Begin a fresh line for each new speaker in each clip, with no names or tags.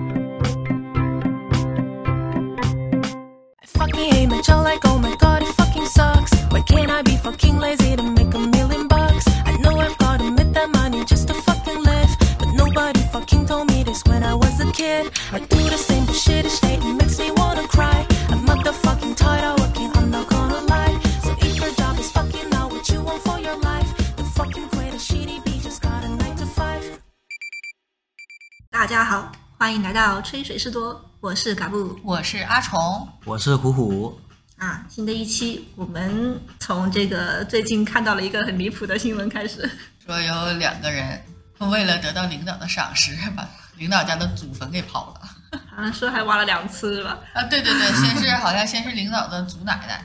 oh looking lazy to make a million bucks. I know I've gotta make that money just to fucking live. But nobody fucking told me this when I was a kid. I do the same bullshit each day, it makes me wanna cry. I'm motherfucking tired of working, I'm not gonna lie. So if your job is fucking not what you want for your life, then fucking quit a shitty bitch, just got a 9 to 5.
大家好，欢迎来到吹水士多，我是嘎布
我是阿虫，
我是虎虎，
啊。新的一期，我们从这个最近看到了一个很离谱的新闻开始，
说有两个人为了得到领导的赏识，把领导家的祖坟给刨了。
好像啊说还挖了两次是吧？
啊，对对对，先是好像先是领导的祖奶奶，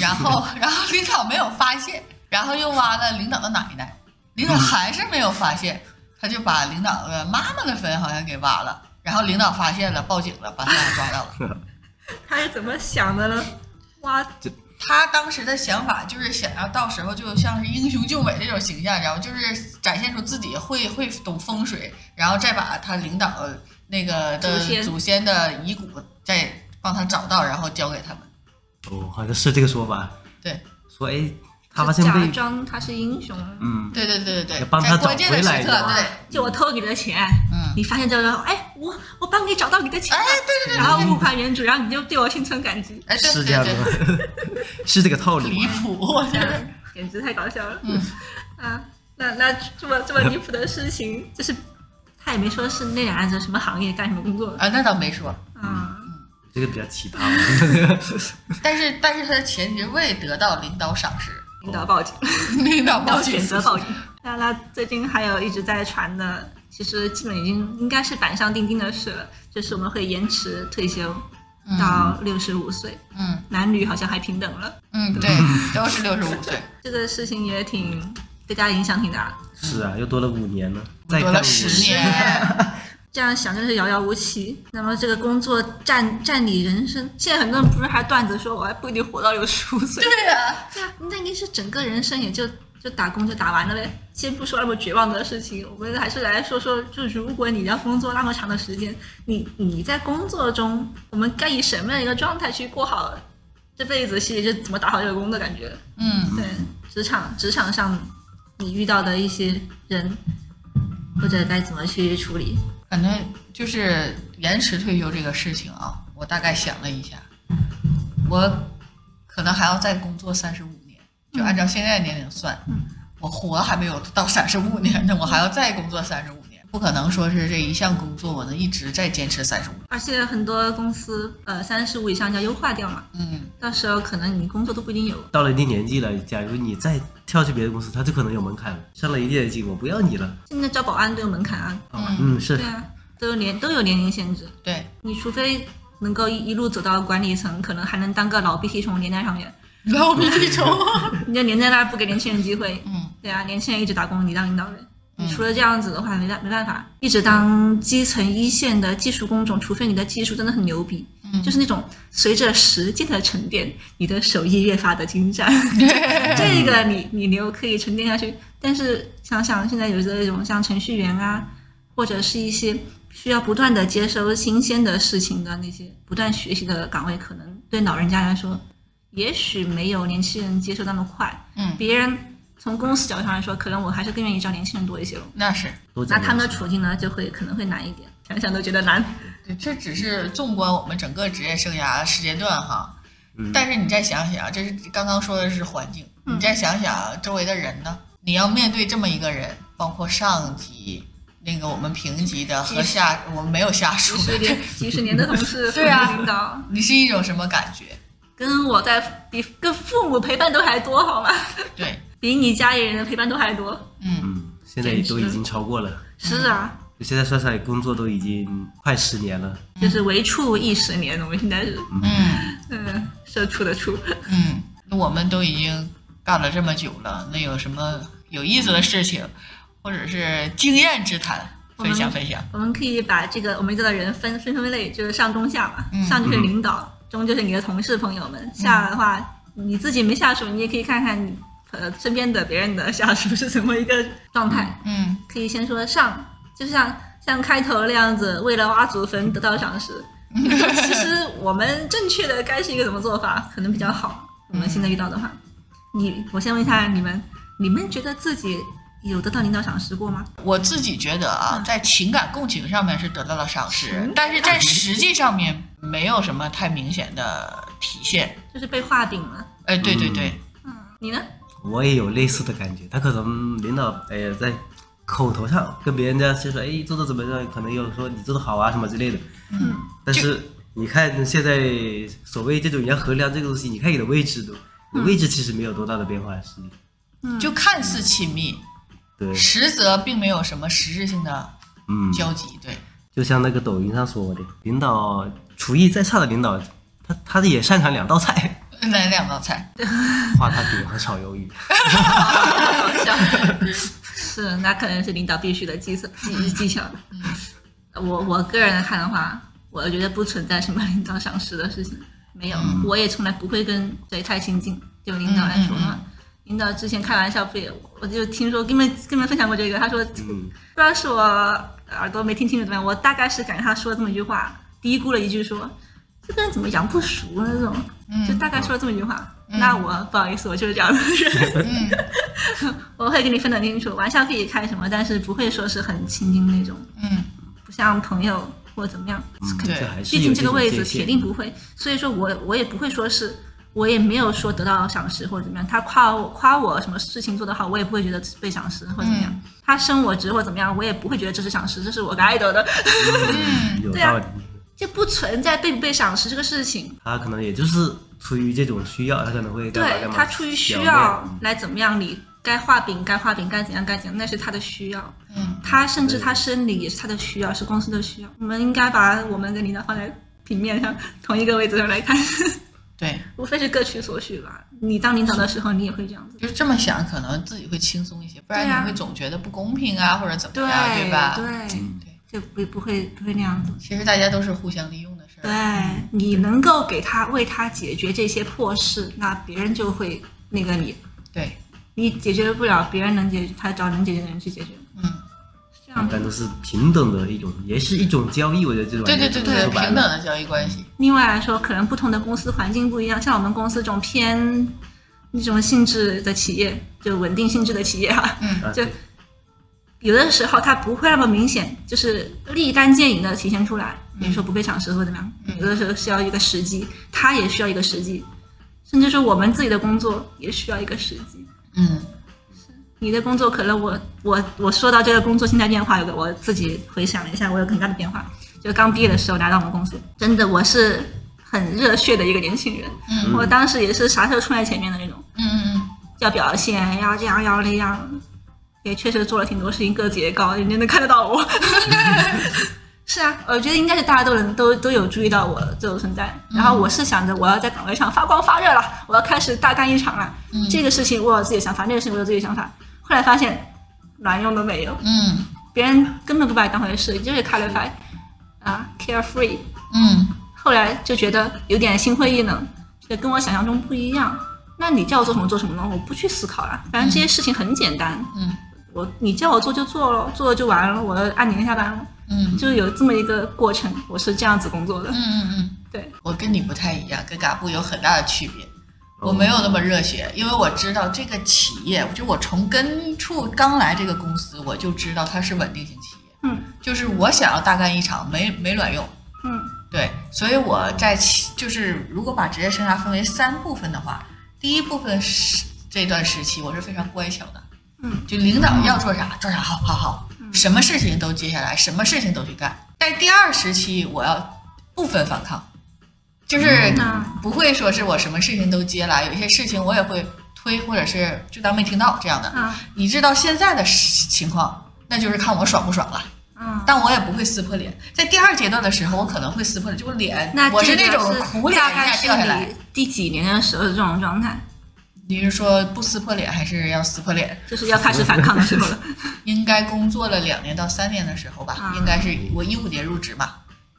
然后 然后领导没有发现，然后又挖了领导的奶奶，领导还是没有发现，他就把领导的妈妈的坟好像给挖了，然后领导发现了，报警了，把他俩抓到了。
他是怎么想的呢？挖
他当时的想法就是想要到时候就像是英雄救美这种形象，然后就是展现出自己会会懂风水，然后再把他领导那个的
祖先
祖先的遗骨再帮他找到，然后交给他们。
哦，好像是这个说法。
对，
说哎，他发现
假
被，
装他是英雄，
嗯，
对对对对
要
对，
帮
在
他找
关键的
回来
时刻，
是吧
对，
就我偷你的钱，
嗯，
你发现这个，哎，我我帮你找到你的钱了，
哎，对对对，
然后物还原主，然后你就对我心存感激，
哎，对
是
对
这样
对
的
对
吗，？是这个套路
离
吗？
谱，我觉得。
简直太搞笑了。
嗯，
啊，那那这么这么离谱的事情，就是他也没说是那俩人是什么行业干什么工作
啊，那倒没说，
啊。
这个比较奇葩嘛。
但是但是他的前提未得到领导赏识，
领导报警，
领导报
要
警
选择报警。那那最近还有一直在传的，其实基本已经应该是板上钉钉的事了，就是我们会延迟退休到六十五岁，
嗯。
男女好像还平等了。
嗯，对，都是六十五岁，
这个事情也挺对大家影响挺大的。
是啊，又多了五年了，再
多
干
了
五
十年，
这样想真是遥遥无期。那么这个工作占占你人生，现在很多人不是还段子说我还不一定活到六十五岁？
对呀、
对啊，那你是整个人生也就就打工就打完了呗。先不说那么绝望的事情，我们还是来说说，就如果你要工作那么长的时间，你你在工作中，我们该以什么样一个状态去过好这辈子？其实就怎么打好这个工的感觉。
嗯，
对，职场职场上你遇到的一些人，或者该怎么去处理？
反正就是延迟退休这个事情啊，我大概想了一下，我可能还要再工作三十五年，就按照现在年龄算，我活还没有到三十五年呢，我还要再工作三十五年，不可能说是这一项工作我能一直再坚持三十五年，
而且很多公司，呃，三十五以上要优化掉嘛，
嗯，
到时候可能你工作都不一定有。
到了一定年纪了，假如你再跳去别的公司，他就可能有门槛了。上了一定年纪，我不要你了。
现在招保安都有门槛啊，
啊
嗯
嗯，是
对啊，都有年都有年龄限制，
对，
你除非能够一一路走到管理层，可能还能当个老 BT 虫连在上面，
老米涕虫，
你就连在那儿不给年轻人机会。
嗯，
对啊，年轻人一直打工，你当领导人。
嗯
你除了这样子的话，没办没办法，一直当基层一线的技术工种，除非你的技术真的很牛逼，
嗯
就是那种随着时间的沉淀，你的手艺越发的精 湛。这个你你留可以沉淀下去，但是想想现在有的那种像程序员啊，或者是一些需要不断的接收新鲜的事情的那些不断学习的岗位，可能对老人家来说，也许没有年轻人接受那么快。
嗯
别人从公司角度上来说，可能我还是更愿意招年轻人多一些咯。
那是。
多
那
讲
他们的
讲。
处境呢，就会可能会难一点，想想都觉得难。
对，这只是纵观我们整个职业生涯的时间段哈。
嗯
但是你再想想，这是刚刚说的是环境，
嗯
你再想想周围的人呢？你要面对这么一个人，包括上级那个我们平级的和下，我们没有下属
几，十年、几十年的同事、
对啊
领导，
你是一种什么感觉？
跟我在比跟父母陪伴都还多，好吗？
对，
比你家里人的陪伴都还多。
嗯，
嗯，现在也都已经超过了。
是啊，
就现在算下来，工作都已经快十年了。
就是为处一十年，我们现在是
嗯
嗯，社畜的畜。
嗯，那我们都已经干了这么久了，那有什么有意思的事情，或者是经验之谈，分享分享？
我们可以把这个我们遇到的人分分分类，就是上中下嘛。
嗯
上就是领导，中就是你的同事朋友们，下的话你自己没下属，你也可以看看你呃身边的别人的下属是怎么一个状态。
嗯
可以先说上，就像像开头那样子，为了挖祖坟得到赏 识。其实我们正确的该是一个怎么做法，可能比较好。我们现在遇到的话，你，我先问一下你们，你们觉得自己有得到领导赏识过吗？
我自己觉得啊，在情感共情上面是得到了赏识
嗯情，
但是在实际上面没有什么太明显的体现。
就是被画饼了。
哎，对对对，
嗯，你呢？
我也有类似的感觉，他可能领导哎呀在口头上跟别人家就说哎做的怎么样，可能有说你做的好啊什么之类的，
嗯，
但是你看现在所谓这种你要衡量这个东西，你看你的位置都，你位置其实没有多大的变化，是，
嗯
就看似亲密，
对，
实则并没有什么实质性的
嗯，
交集。对，
就像那个抖音上说的，领导厨艺再差的领导，他他也擅长两道菜，
那两道菜，
夸他比我还炒鱿鱼，
嗯是，那可能是领导必须的技巧技技巧。嗯我我个人看的话，我觉得不存在什么领导赏识的事情，没有，我也从来不会跟谁太亲近。就领导来说嘛，领导之前开玩笑不也，我就听说跟你们跟你们分享过这个，他说
嗯，
不知道是我耳朵没听清楚怎么样，我大概是感觉他说了这么一句话，嘀咕了一句说：“这个人怎么养不熟呢？”这种，
嗯
就大概说了这么一句话。那我不好意思，我就是这样的人，
嗯，
我会跟你分得清楚，玩笑可以开什么，但是不会说是很亲近那种，
嗯，
不像朋友或怎么样。
嗯
对
这还是
毕
有
竟这个
种
位
界
置
限
铁定不会，所以说我我也不会说是。我也没有说得到赏识或者怎么样，他夸我夸我什么事情做得好，我也不会觉得被赏识或者怎么样。
嗯
他升我职或怎么样，我也不会觉得这是赏识，这是我该得的。
嗯有
对啊
道理。
这不存在被不被赏识这个事情。
他可能也就是出于这种需要，他可能会干嘛
对
干嘛。
他出于需
表
要
面嗯
来怎么样你该画饼该画饼，该怎样该怎样，那是他的需要。
嗯，
他甚至
对
他生理也是他的需要，是公司的需要。我们应该把我们跟领导放在平面上，同一个位置上来看，
对，
无非是各取所需吧。你当领导的时候，你也会这样子。
就是这么想，可能自己会轻松一些，不然
对啊
你会总觉得不公平啊，或者怎么样，
对
吧？
嗯
对，就不不会不会那样子。
其实大家都是互相利用的事儿。
对你能够给他为他解决这些破事，那别人就会那个你。
对，
你解决不了，别人能解决，他找能解决的人去解决，
嗯，
是这样
但
的。
都是平等的一种，也是一种交易。我觉得这种
对对
也
对
是
对，
说白
平等
了
的交易关系。
另外来说，可能不同的公司环境不一样，像我们公司这种偏那种性质的企业，就稳定性质的企业啊，
啊
就
对
有的时候它不会那么明显，就是立竿见影的体现出来。
嗯
比如说不被赏识或怎么样，有的时候需要一个时机，它也需要一个时机，甚至说我们自己的工作也需要一个时机。
嗯，
你的工作可能我我我说到这个工作心态变化，有个我自己回想了一下，我有很大的变化。就刚毕业的时候来到我们公司，真的我是很热血的一个年轻人，
嗯
我当时也是啥事都冲在前面的那种，
嗯嗯
要表现，要这样，要那样，也确实做了挺多事情，个子也高，人家能看得到我。是啊，我觉得应该是大家都能都都有注意到我这种存在。然后我是想着我要在岗位上发光发热了，我要开始大干一场了。
嗯
这个事情我有自己的想法，那个事情我有自己的想法。后来发现卵用都没有，
嗯
别人根本不把你当回事，就是开了发啊 carefree。
嗯
后来就觉得有点心灰意冷，觉得跟我想象中不一样。那你叫我做什么做什么呢？我不去思考了，反正这些事情很简单，
嗯
我你叫我做就做了，做了就完了，我按年龄下班了，
嗯
就有这么一个过程。我是这样子工作的，
嗯嗯，
对，
我跟你不太一样，跟嘎布有很大的区别。我没有那么热血，因为我知道这个企业，就我从根处刚来这个公司，我就知道它是稳定性企业，
嗯
就是我想要大干一场，没没卵用。
嗯
对，所以我在其就是如果把职业生涯分为三部分的话，第一部分是这段时期我是非常乖巧的，
嗯，
就领导要做啥做啥，好好好，什么事情都接下来，什么事情都去干。但第二时期我要部分反抗，就是
嗯
不会说是我什么事情都接来，有些事情我也会推，或者是就当没听到这样的。
啊
你知道现在的情况，那就是看我爽不爽了。
啊，
但我也不会撕破脸。在第二阶段的时候，我可能会撕破脸，就我脸，
那
我是
这
那
个
种苦脸
大
一
概
下
是
掉下来。
你第几年的时候的这种状态，
你是说不撕破脸，还是要撕破脸？
就是要开始反抗的时候 了。
应该工作了两年到三年的时候吧，
啊
应该是我一五年入职嘛，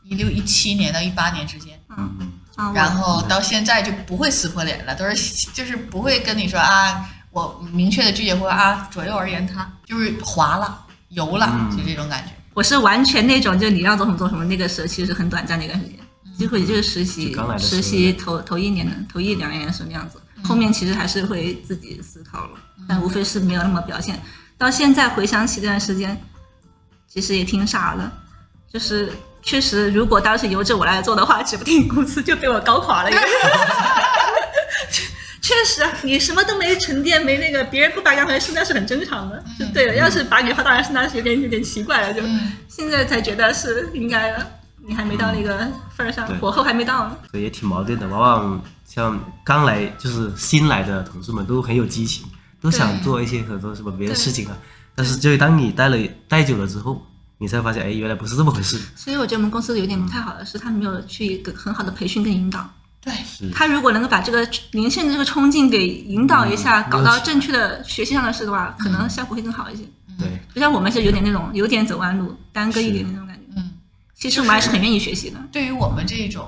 一六一七年到一八年之间，
嗯
啊，我
然后到现在就不会撕破脸了，都是就是不会跟你说啊，我明确的拒绝或者啊左右而言他，就是滑了油了，
嗯
就这种感觉。
我是完全那种，就你让做什么做什么，那个时候其实很短暂的一段时间，几乎也就是实习
就刚来、的时
实
候
习头头一年的、头一两年的时候那样子。后面其实还是会自己思考了，但无非是没有那么表现。到现在回想起这段时间，其实也挺傻的，就是确实，如果当时由着我来做的话，指不定公司就被我搞垮了。 确实啊，你什么都没沉淀，没那个，别人不把你当回事，那是很正常的，是对的。要是把你放当回事，那是有点有点奇怪了，就、
嗯
现在才觉得是应该的。你还没到那个份儿上
对，
火候还没到呢。
所以也挺矛盾的。往往像刚来就是新来的同事们都很有激情，都想
对
做一些很多什么别的
对
事情啊。但是就当你待了待久了之后，你才发现，哎，原来不是这么回事。
所以我觉得我们公司有点不太好的是，他没有去一个很好的培训跟引导。
对，
是
他如果能够把这个年轻人这个冲劲给引导一下，
嗯
搞到正确的学习上的事的话，可能效果会更好一些。
对，
就像我们是有点那种有点走弯路、耽搁一点的那种感觉。
嗯，
其实我们还是很愿意学习的。
对于我们这种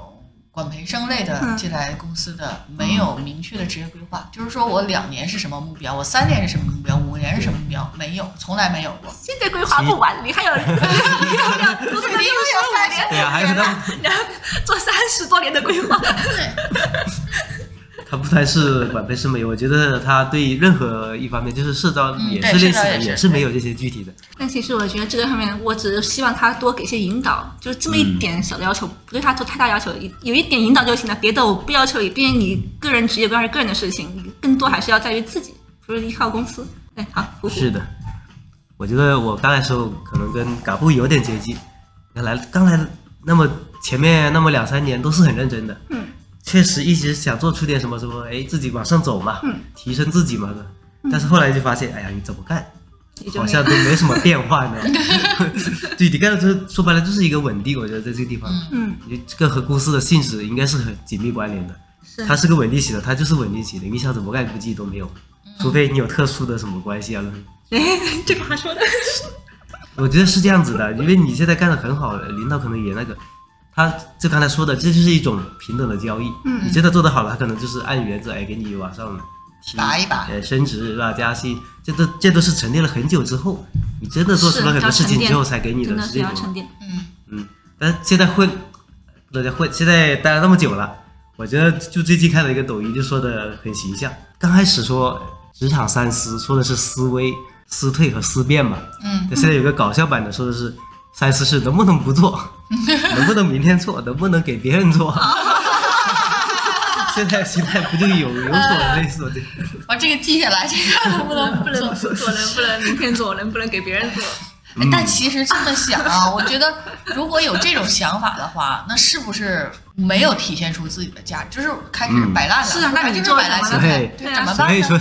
管培生类的
嗯
进来公司的，没
嗯
有明确的职业规划，就是说我两年是什么目标，我三年是什么目标，五年是什么目标，没有，从来没有过。
现在规划不晚，你还有你还有两多多
肯定有三年，
对啊，还有他
你要做三十多年的规划。
他不单是管培生没有，我觉得他对任何一方面，就是社招
嗯
也
对
是类似
社招
的，
也是
也是没有这些具体的。
但其实我觉得这个方面，我只是希望他多给些引导，就是这么一点小的要求，不对他做太大要求，有一点引导就行了，别的我不要求你。毕竟你个人职业规划是个人的事情，你更多还是要在于自己，不是依靠公司。哎，好，呼呼
是的，我觉得我刚来的时候可能跟嘎布有点接近，来刚来那么前面那么两三年都是很认真的，
嗯，
确实一直想做出点什么什么，哎，自己往上走嘛，
嗯，
提升自己嘛的。但是后来就发现，哎呀，你怎么干
也就
好
那样
像都没什么变化 呢。 对，你干这说白了就是一个稳定，我觉得在这个地方，
嗯，
你这个和公司的性质应该是很紧密关联的。
是
它是个稳定型的，它就是稳定型的，你想怎么干估计都没有，
嗯
除非你有特殊的什么关系啊。
哎， 这个话说的，
我觉得是这样子的，因为你现在干的很好，领导可能也那个，他就刚才说的，这就是一种平等的交易。
嗯
你真的做得好了，他可能就是按原则哎给你往上提，
打一把
呃，升职是吧？加薪，这都这都是沉淀了很久之后，你真的做出了很多事情之后才给你
真
的哦
的
是
是
这
要
种。
沉淀。
嗯，
嗯，但现在混，不对混，现在待了那么久了，我觉得就最近看了一个抖音，就说的很形象。刚开始说职场三思，说的是思维、思退和思变嘛。
嗯，
现在有个搞笑版的，说的是三思是能不能 不做，能不能明天做，能不能给别人做。现在现在不就有有所类似的？
把这个记下来，这个能不能 不
不 能做，能不能明天做，能不能给别人做？
哎
嗯
但其实这么想啊，我觉得如果有这种想法的话，那是不是没有体现出自己的价值，就是开始摆烂了？
是啊那你
就是
做
摆烂
什
心
么呢
态，
对
对，
对啊
怎么
嗯所
办
以
呢？
说，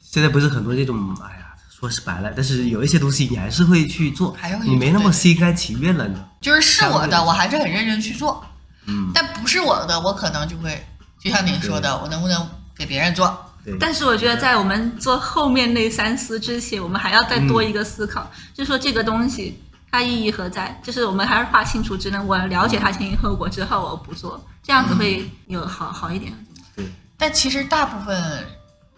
现在不是很多这种，哎呀，说是白了，但是有一些东西你还是会去做，
还是会去
你没
做
那
对
么心甘情愿了呢。
就是是我
相对
的，我还是很认真去做。
嗯，
但不是我的，我可能就会，就像您说的，我能不能给别人做？
对，
但是我觉得，在我们做后面那三思之前，我们还要再多一个思考，
嗯
就是说这个东西它意义何在？就是我们还是划清楚职能，我了解它前因后果之后，我不做，这样子会有好、好一点。
对，
但其实大部分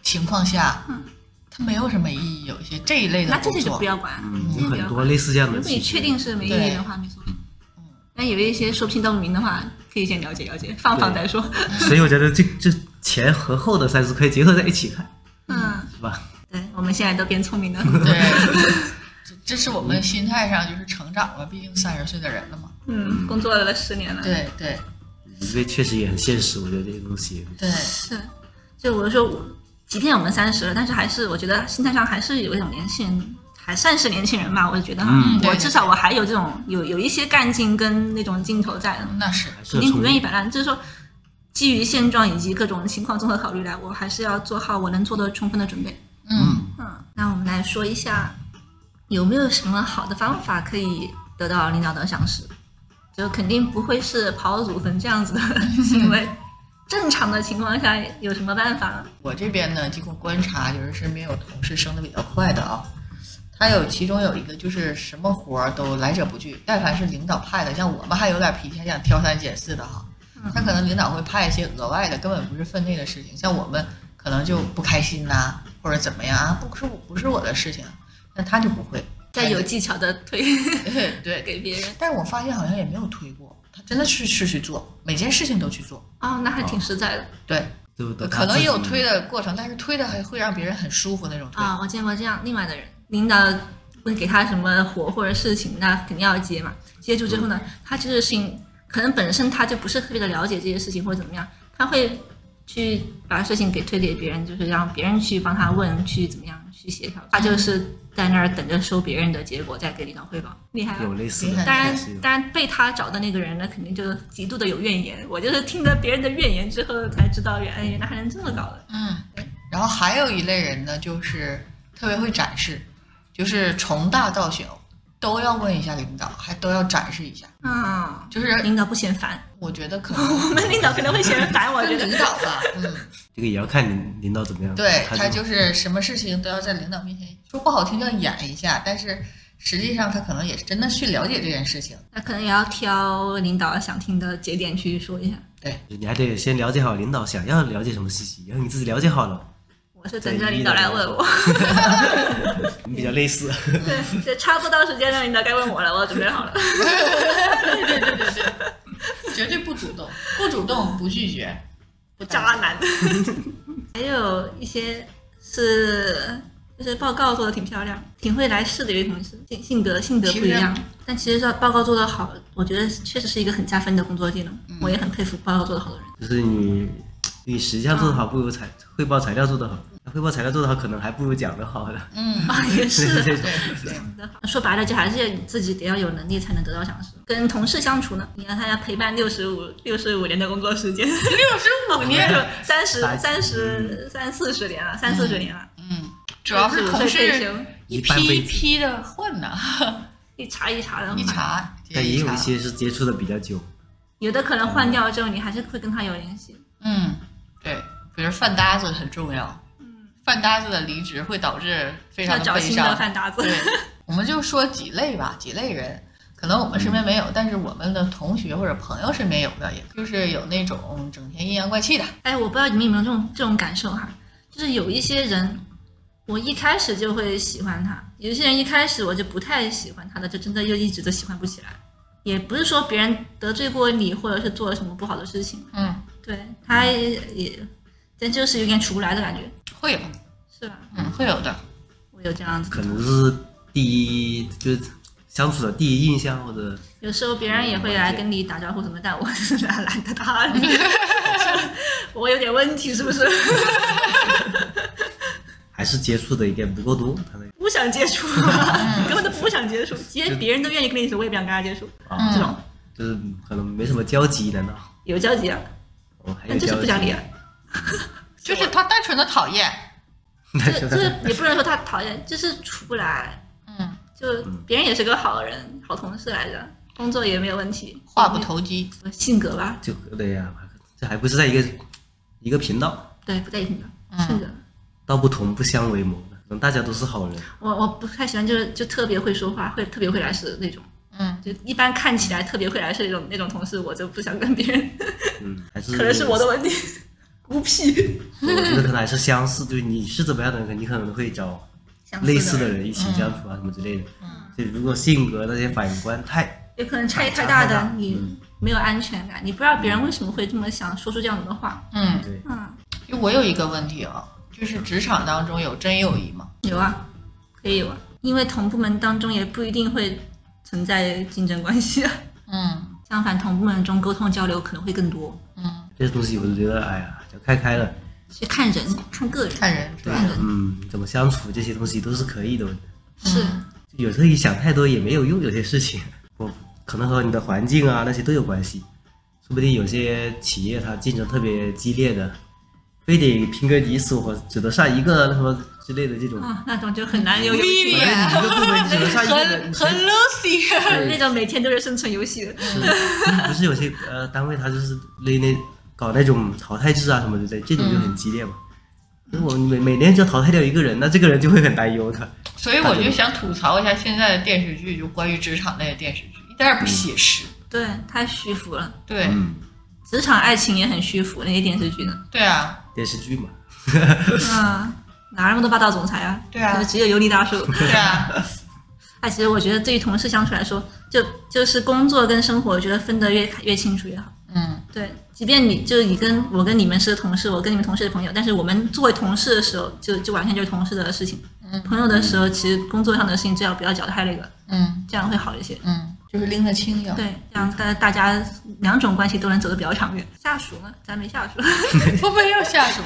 情况下，
嗯
它没有什么意义。有一些这一类的
那这
工
些就
作
不，要管，
嗯，
这
有
些不
很
要
多
管。
类似这样的
如果
情
你
况。
确定是没意义的话，没所谓
嗯。
那有一些说不清道不明的话，可以先了解了解，放放再说。
所以我觉得这这前和后的三思可以结合在一起看，
嗯，
是吧？
对，我们现在都变聪明了。
对，这这是我们心态上就是成长了，毕竟三十岁的人了嘛。
嗯，工作了十年了。
对对
因为确实也很现实，我觉得这些东西。
对，
是，就我就说我，即便我们三十了，但是还是我觉得心态上还是有一种年轻人，还算是年轻人吧。我就觉得，
嗯
对
我
对
至少我还有这种有有一些干劲跟那种劲头在的，
那是
还是
肯定不
从
愿意摆烂。就是说，基于现状以及各种情况综合考虑来，我还是要做好我能做的充分的准备。
嗯
嗯，那我们来说一下，有没有什么好的方法可以得到领导的赏识？就肯定不会是跑祖坟这样子的行为。正常的情况下有什么办法？
我这边呢，经过观察，就是身边有同事升的比较快的啊，他有其中有一个就是什么活儿都来者不拒，但凡是领导派的，像我们还有点脾气，还想挑三拣四的哈，
嗯
他可能领导会派一些额外的，根本不是分内的事情，像我们可能就不开心呐、或者怎么样啊，不是我不是我的事情，那他就不会
再有技巧的推
对，
给别人
但是我发现好像也没有推过，他真的是是去做，每件事情都去做，
哦，那还挺实在的。
对，
对不对？
可能也有推
的，
的过程，但是推的还会让别人很舒服那种推。
啊，我见过这样另外的人，领导会给他什么活或者事情，那肯定要接嘛。接住之后呢，他这个事情可能本身他就不是特别的了解这些事情或者怎么样，他会去把事情给推给别人，就是让别人去帮他问，去怎么样去协调。他就是在那儿等着收别人的结果，再给领导汇报，厉害吧
有类似的，
当
当
确实有
然，当然被他找的那个人呢，肯定就极度的有怨言。我就是听了别人的怨言之后，才知道原来原来还能这么搞的。
嗯，然后还有一类人呢，就是特别会展示，就是从大到小都要问一下领导，还都要展示一下。
嗯，
就是
领导不嫌烦，
我觉得可能
我们领导可能会嫌烦， 我觉
跟
得
领。导吧，嗯，
这个也要看领领导怎么样，
对他
他就
就是什么事情都要在领导面前说不好听叫演一下，但是实际上他可能也是真的去了解这件事情。
那可能也要挑领导想听的节点去说一下。
你还得先了解好领导想要了解什么信息，然后你自己了解好了，
我是等着领导来问我，
我嗯们比较类似。
对，这差不多时间了，领导该问我了，我准备好了。
对对对对，绝对不主动，不主动，不拒绝，不
渣男。还有一些是就是报告做的挺漂亮，挺会来事的一位同事，性性格性格不一样，但其实这报告做的好，我觉得确实是一个很加分的工作技能。我也很佩服报告做的好 的人。
就是你
嗯
你实际上做得好，不如材汇报材料做得好。汇报材料做得好，可能还不如讲得好呢。
嗯，
啊，也是
这
对
种
对。
说白了，就还是你自己得要有能力才能得到享受。跟同事相处呢，你让他要陪伴六十五六十五年的工作时间，
六十五 年，
三十
三
三十三四十年了，三四十年了，
嗯，主要是同
65岁退
事
休，
一
一半
批
辈
一
子
批的换呢，
一茬一茬的
一茬接
但也有
茬
一，些是接触的比较久，
嗯有的可能换掉之后，你还是会跟他有联系。
嗯，对，比如饭搭子很重要，
嗯，
饭搭子的离职会导致非
要
常的
找
悲
新的
伤。
饭搭子。
对，我们就说几类吧，几类人，可能我们身
嗯
边没有，但是我们的同学或者朋友身边有的，也就是有那种整天阴阳怪气的，
哎，我不知道你们有没有这种这种感受哈，就是有一些人，我一开始就会喜欢他，有些人一开始我就不太喜欢他的，就真的又一直都喜欢不起来。也不是说别人得罪过你，或者是做了什么不好的事情，
嗯，
对他也也，但就是有点处不来的感觉，
会有，
是吧？
嗯，会有的，
我有这样子，
可能是第一就是相处的第一印象或者
有时候别人也会来跟你打招呼什么，但我 懒懒得搭理，我有点问题是不是？
还是接触的应该不够多，他那个
不想接触， 根本都不想接触，别别人都愿意跟你熟，我也不想跟他接触，
啊，
这种
就是可能没什么交集，难道？
有交集啊，
我还有
但就
交
是不
集
想理啊，
就是他单纯的讨厌，
就就是 也不能说他讨厌，就是处不来，
嗯，
就别人也是个好人，好同事来着，工作也没有问题，
话不投机，
性格吧，
就对呀、这还不是在一个一个频道，
对，不在意性格，
嗯
性格。
道不同不相为谋的，可能大家都是好人，
我我不太喜欢，就是就特别会说话，会特别会来事的那种，
嗯，
就一般看起来特别会来事的那种那种同事，我就不想跟别人，
嗯，还是
可能是我的问题，孤僻，
我觉得可能还是相似，就是你是怎么样的人，你可能会找
相
类似
的
的
人，
人一起相处啊，什么之类的。就如果性格那些反观太，
有可能差异太
反差
大
太大嗯
的你没有安全感，你不知道别人为什么会这么想，说出这样的话，
嗯，
对，
嗯，
就我有一个问题啊、就是职场当中有真友谊吗？
有啊，可以有啊，因为同部门当中也不一定会存在竞争关系啊，
嗯
相反同部门中沟通交流可能会更多，
嗯，
这些东西我就觉得，哎呀，就看开了，
是看人看个人，
看人是
对
吧？
吧？嗯，怎么相处这些东西都是可以的。
是
有时候你想太多也没有用，有些事情，我可能和你的环境啊那些都有关系，说不定有些企业它竞争特别激烈的，非得拼个你死我活，只能上一个什么之类的这种，
啊，那种就很难有有。
反正你一个部门你只能上一个人，
很
你
很
谁
Lucy，
嗯
那种每天都是生存游戏的，
不是有些呃单位他就是那那搞那种淘汰制啊什么之类，这种就很激烈嘛。因为我每每年就淘汰掉一个人，那这个人就会很担忧的。
所以我就想吐槽一下现在的电视剧，就关于职场类的电视剧，一点也不写实。
对，太虚浮了。
对、
嗯，
职场爱情也很虚浮，那些电视剧 呢？
对啊，
电视剧嘛，
嗯，哪那么多霸道总裁啊？
对啊
就是只有尤利大叔。
对啊，
哎，其实我觉得对于同事相处来说，就就是工作跟生活，我觉得分得越开越清楚越好。
嗯，
对，即便你就是你跟我跟你们是同事，我跟你们同事的朋友，但是我们作为同事的时候，就就完全就是同事的事情。朋友的时候，其实工作上的事情最好不要搅太那个，
嗯
这样会好一些。
嗯，就是拎得清要。
对，这样大大家两种关系都能走得比较长远。下属呢，咱没下属。
我没有下属，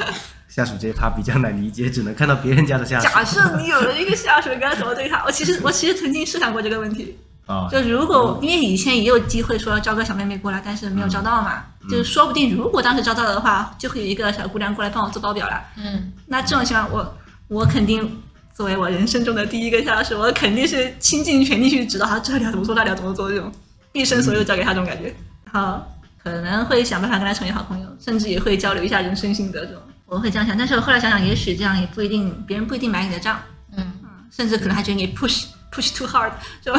下属这一趴比较难理解，只能看到别人家的下属
假设你有了一个下属，你该怎么对他？我其实我其实曾经试想过这个问题，
啊。
就如果因为以前也有机会说招个小妹妹过来，但是没有招到嘛，就是说不定如果当时招到的话，就会有一个小姑娘过来帮我做报表了。
嗯，
那这种情况，我我肯定作为我人生中的第一个下属，我肯定是倾尽全力去指导他这里要怎么做，那里要怎么做，这种毕生所有交给他这种感觉。然后可能会想办法跟他成为好朋友，甚至也会交流一下人生心得这种。我会这样想，但是我后来想想，也许这样也不一定，别人不一定买你的账，
嗯，
甚至可能还觉得你 push push too hard，是吧？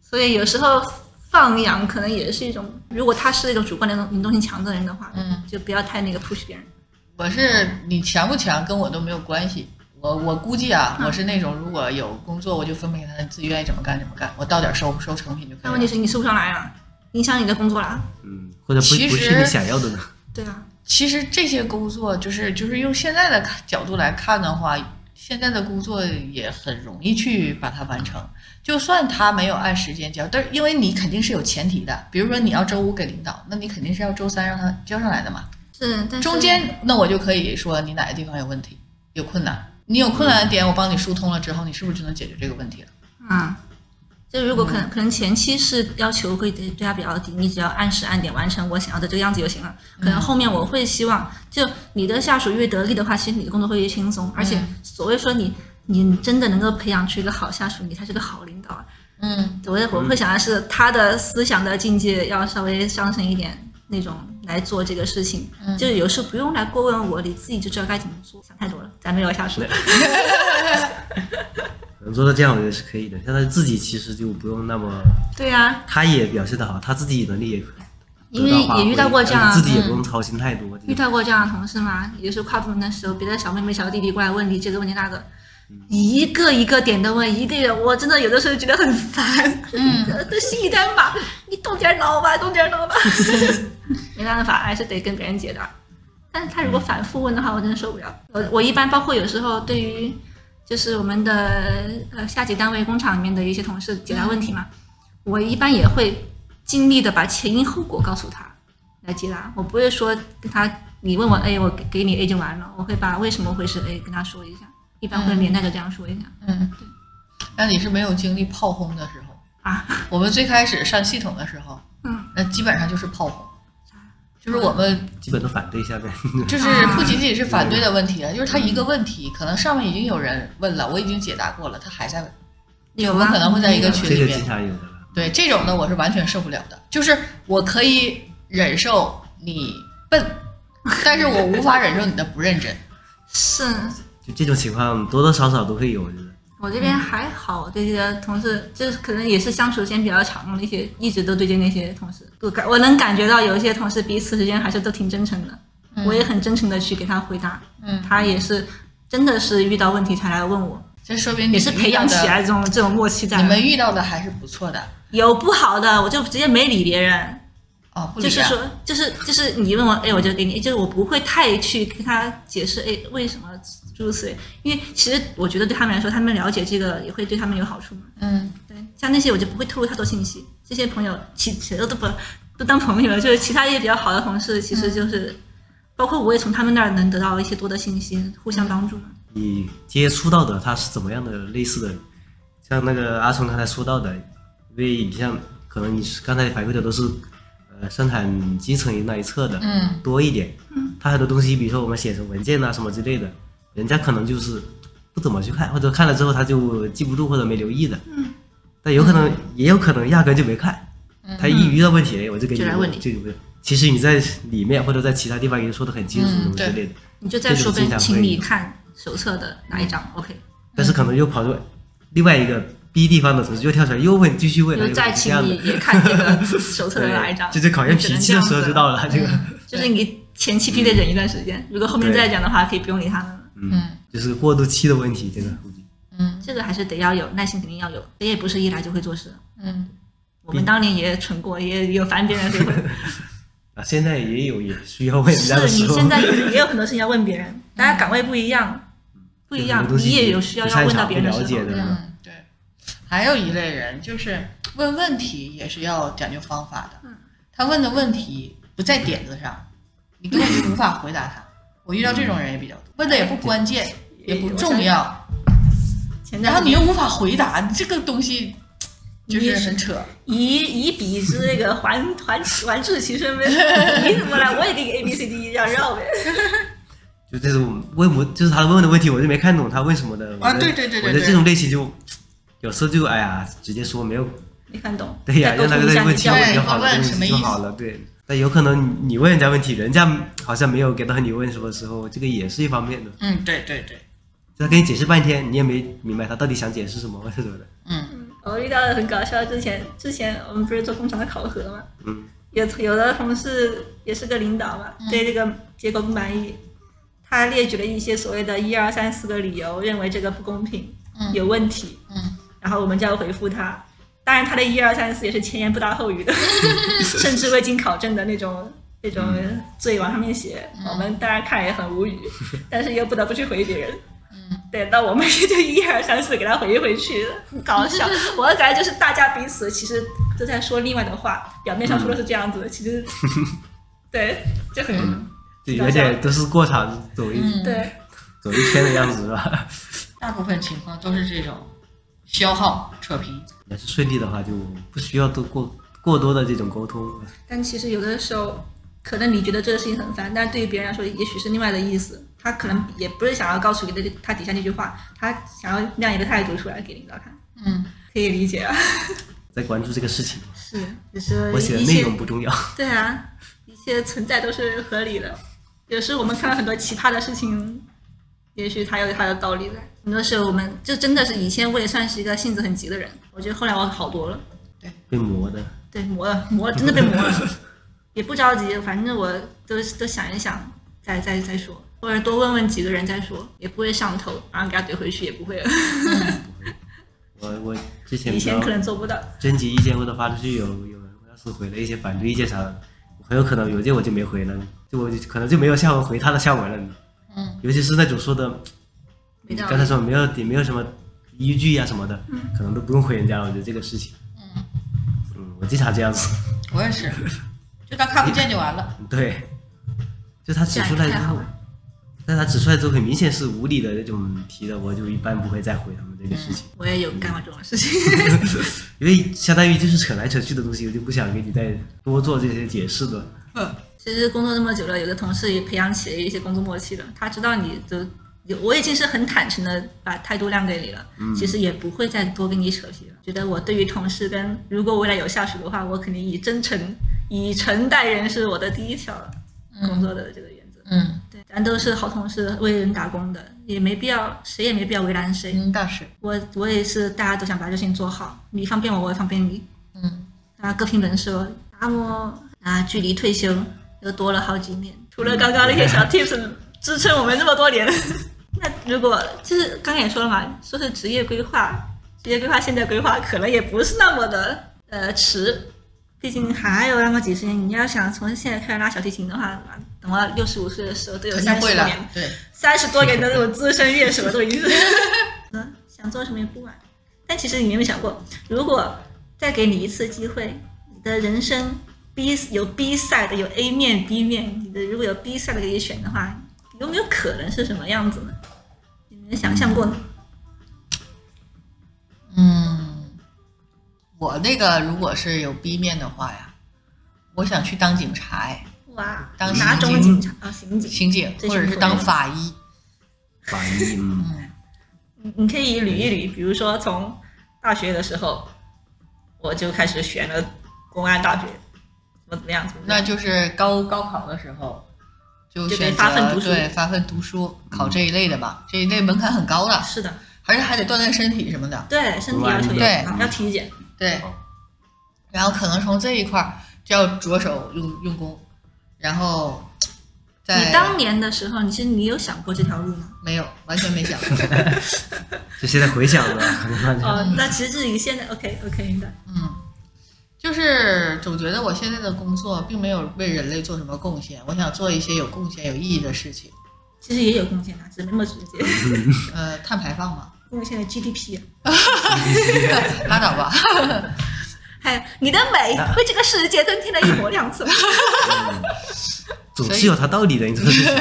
所以有时候放养可能也是一种，如果他是一种主观能动能动性强的人的话，
嗯，
就不要太那个 push 别人。
我是你强不强跟我都没有关系。我我估计啊，我是那种如果有工作我就分配给他，自己愿意怎么干怎么干，我到点收不收成品就可以了。
但问题是你收不上来了，影响你的工作了。
嗯，或者不
其实
不是你想要的呢？
对啊，
其实这些工作就是就是用现在的角度来看的话，现在的工作也很容易去把它完成。就算他没有按时间交，但是因为你肯定是有前提的，比如说你要周五给领导，那你肯定是要周三让他交上来的嘛。
是，但是
中间那我就可以说你哪个地方有问题、有困难，你有困难的点我帮你疏通了之后，你是不是就能解决这个问题了？
啊，就如果可能，
嗯
可能前期是要求会对对他比较低，你只要按时按点完成我想要的这个样子就行了。可
嗯
能后面我会希望，就你的下属越得力的话，其实你的工作会越轻松。而
嗯
且所谓说你你真的能够培养出一个好下属，你才是个好领导啊。
嗯
我我会想的是，他的思想的境界要稍微上升一点，那种来做这个事情，就是有时候不用来过问我，你自己就知道该怎么做。想太多了，咱们聊下属。
能做到这样，我觉得是可以的。像他自己其实就不用那么，
对啊呀、
他也表现得好，他自己能力也
因为
得到发挥
也遇到过这样
而
啊
且自己也不用操心太多。
遇到过这样的同事吗？有时候跨部门的时候，别的小妹妹、小弟弟过来问你这个问题那个。一个一个点的问，一个一个，我真的有的时候觉得很烦，嗯，都心里在骂，你动点脑吧，动点脑吧，没办法，还是得跟别人解答。但是他如果反复问的话，我真的受不了。我我一般包括有时候对于就是我们的呃下级单位工厂里面的一些同事解答问题嘛，
嗯
我一般也会尽力的把前因后果告诉他来解答。我不会说跟他你问我 A，我给给你 A 就完了，我会把为什么会是 A 跟他说一下，一般会连带着这样说一下、
嗯，那你是没有经历炮轰的时候。
啊。
我们最开始上系统的时候，
嗯，
那基本上就是炮轰，就是我们
基本都反对下面。
就是
啊
不仅仅是反对的问题了，就是他一个问题，可能上面已经有人问了，我已经解答过了，他还在问，
有
我们
吗
可能会在一个群
这
里
个
面
经，常有的了。
对这种的我是完全受不了的，就是我可以忍受你笨，但是我无法忍受你的不认真。
是
就这种情况多多少少都会有，我觉得。
我这
嗯
边还好，我对这些同事就是可能也是相处时间比较长的那些，一直都对接那些同事，我感我能感觉到有一些同事彼此之间还是都挺真诚的，我也很真诚的去给他回答，
嗯，
他也是真的是遇到问题才来问我，
这说嗯明你
也是培养
遇
起
到的，
来这种这种默契在的。
你们遇到的还是不错的
有不好的，我就直接没理别人，
哦，不理
就是
啊
说，就是就是你问我，哎，我就给你，就是我不会太去跟他解释，哎，为什么诸如此类，因为其实我觉得对他们来说，他们了解这个也会对他们有好处嘛。
嗯
对，像那些我就不会透露太多信息，这些朋友其其实都不都当朋友了，就是其他一些比较好的同事，其实就是、包括我也从他们那儿能得到一些多的信息，互相帮助嘛。
你接触到的他是怎么样的类似的？像那个阿聪刚才说到的，因为你像可能你刚才反馈的都是呃生产基层那一侧的
嗯
多一点，他很多东西，比如说我们写成文件啊什么之类的，人家可能就是不怎么去看，或者看了之后他就记不住或者没留意的，嗯，但有可能也有可能压根就没看，他一遇到问题哎我就给
嗯
你
就来问你
就问，其实你在里面或者在其他地方已经说的很清楚
嗯
什么之
对
类的，
你就再说
这
呗
种经，常
请
会
你
有
看手册的哪一张，OK，
但是可能又跑出另外一个 B 地方的同事又跳出来又问，继续问，啊
就
又
再
是
请
这样
你
的，
也看这个 手册的哪一张。嗯
对，这就考验脾气的时候就到了，这个
就是你前期必须得忍一段时间，如果后面再讲的话，可以不用理他们了。
嗯
就是过渡期的问题，这个
嗯
这个还是得要有耐心，肯定要有，谁也不是一来就会做事。
嗯，
我们当年也蠢过，也有烦别人对问。
啊，现在也有也需要问人家的
是
时
你
候，
现在也有很多事情要问别人，大家岗位不一样，不一样
有很多，东
你
西
也有需要
不
要
擅
问到
长
别人的
不了
时
解
候。
的
嗯，对。还有一类人就是问问题也是要讲究方法的，他问的问题不在点子上，你根本就无法回答他。我遇到这种人也比较多，问的也不关键，也不重要，
前
然
段
后你又无法回答，你这个东西就是很扯。
以以彼之那个还还还治其身呗，你怎么来我也给你 A B C D 这样绕呗。
就这种问我，就是他问的问题，我就没看懂他问什么的。
啊
我觉得
对对对对
我觉得
对
这种类型就有时候就哎呀，直接说没有，
没看懂，
对哎呀、
再沟
让他
通一
这
下你教
个问题
对
我
问就好了，
你问
这个
什么
问题
意
就
思
好了。对，但有可能你问人家问题，人家好像没有给到你问什么时候，这个也是一方面的。
嗯，对对对，
就他跟你解释半天，你也没明白他到底想解释什么或者什么的。
嗯
我遇到的很搞笑，之前之前我们不是做工厂的考核嘛，
嗯，
有有的同事也是个领导嘛，
嗯
对这个结果不满意，他列举了一些所谓的一二三四个理由，认为这个不公平，
嗯
有问题，
嗯，
然后我们就要回复他。当然，他的一二三四也是前言不搭后 语的，甚至未经考证的那种那种
嗯
罪往上面写。我们当然看也很 无语，但是又不得不去回别人。对，那我们也就一二三四给他回回去，很搞 笑。我的感觉就是大家彼此其实都在说另外的话，表面上说的是这样子，其 实对就很、
嗯对，有点都是过场走一、
对。
走一圈的样子是吧？
大部分情况都是这种消耗扯皮。
要是顺利的话，就不需要多过过多的这种沟通。
但其实有的时候，可能你觉得这个事情很烦，但对于别人来说，也许是另外的意思。他可能也不是想要告诉你的他底下那句话，他想要那样一个态度出来给领导看，
嗯，
可以理解啊。
在关注这个事情，
是，就是
我写的
一
内
切
容不重要。
对啊，一切存在都是合理的。有时候我们看到很多奇葩的事情，也许它有它的道理在。很多时候我们就真的是以前我也算是一个性子很急的人，我觉得后来我好多了。
被磨的，
对，磨了，磨了，真的被磨了， 也不着急，反正我都都想一想，再再再说，或者多问问几个人再说，也不会上头，然后给他怼回去也不会了。
我我之前
以
比较
前可能做不到，
征集意见或者发出去有有人要是回了一些反对意见啥的，我很有可能邮件我就没回了，就我就可能就没有下文回他的下文了。
嗯，
尤其是那种说的
没道
刚才
理。
说没有也没有什么依据呀、什么的，可能都不用回人家了。我觉得这个事情，
嗯
嗯，我经常这样子。
我也 是，就当看不见就完了。
对，就他指出
这样
来
也
之
太好
后
了，
但他指出来之后很明显是无理的那种题的，我就一般不会再回他们这个事情，
我也有干过这种事情，
因为相当于就是扯来扯去的东西，我就不想给你再多做这些解释的。
嗯
其实工作那么久了，有的同事也培养起了一些工作默契了，他知道你的。有我已经是很坦诚的把态度亮给你了，其实也不会再多跟你扯皮了。觉得我对于同事跟如果未来有下属的话，我肯定以真诚、以诚待人是我的第一条工作的这个原则。
嗯。
对，咱都是好同事，为人打工的，也没必要，谁也没必要为难谁。
嗯，大师，
我我也是，大家都想把这事情做好，你方便我，我也方便你。
嗯，
大家各凭本事哦。那么啊，距离退休又多了好几年， 除了刚刚那些小 tips 支撑我们这么多年， 那如果就是刚刚也说了嘛，说是职业规划，职业规划现在规划可能也不是那么的呃迟，毕竟还有那么几十年。你要想从现在开始拉小提琴的话，等到六十五岁的时候都有
肯定
三十
会
多
了
年。，
对，
三十多年的那种资深乐手都已经是，嗯，想做什么也不晚。但其实你有没有想过，如果再给你一次机会，你的人生 B 有 B 赛的，有 A 面、B 面，你的如果有 B 赛的给你选的话，有没有可能是什么样子呢？你们想象过呢？
嗯，我那个如果是有 B 面的话呀，我想去当警察哎，
哇，
当
哪
刑
种警
警
察啊？刑警，
刑警，
这
或
是
者
不
是
错
当法医，
反 应，嗯，
你你可以捋一捋，比如说从大学的时候，我就开始选了公安大学，怎么怎么样，怎么怎么
那
样
就是高高考的时候就
就得
选择
发奋读书嗯
对发奋读书考这一类的吧，这一类门槛很高的，
是的。
而且还得锻炼身体什么的，
对，身体要求
对
也很高，要体检。
对，
哦
然后可能从这一块儿就要着手用用功，然后再
你当年的时候，你其实你有想过这条路吗？
没有完全没想过，
就现在回想了，可能
嗯哦哦，那其实这是一个现在 OK OK 明白。
嗯，就是总觉得我现在的工作并没有为人类做什么贡献，我想做一些有贡献、有意义的事情。
其实也有贡献的，只是没那么直接，
呃，碳排放嘛，
贡献了 GDP，
拉倒吧。
还有你的美为这个世界增添了一抹亮色。
总是有它道理的，你这个事情。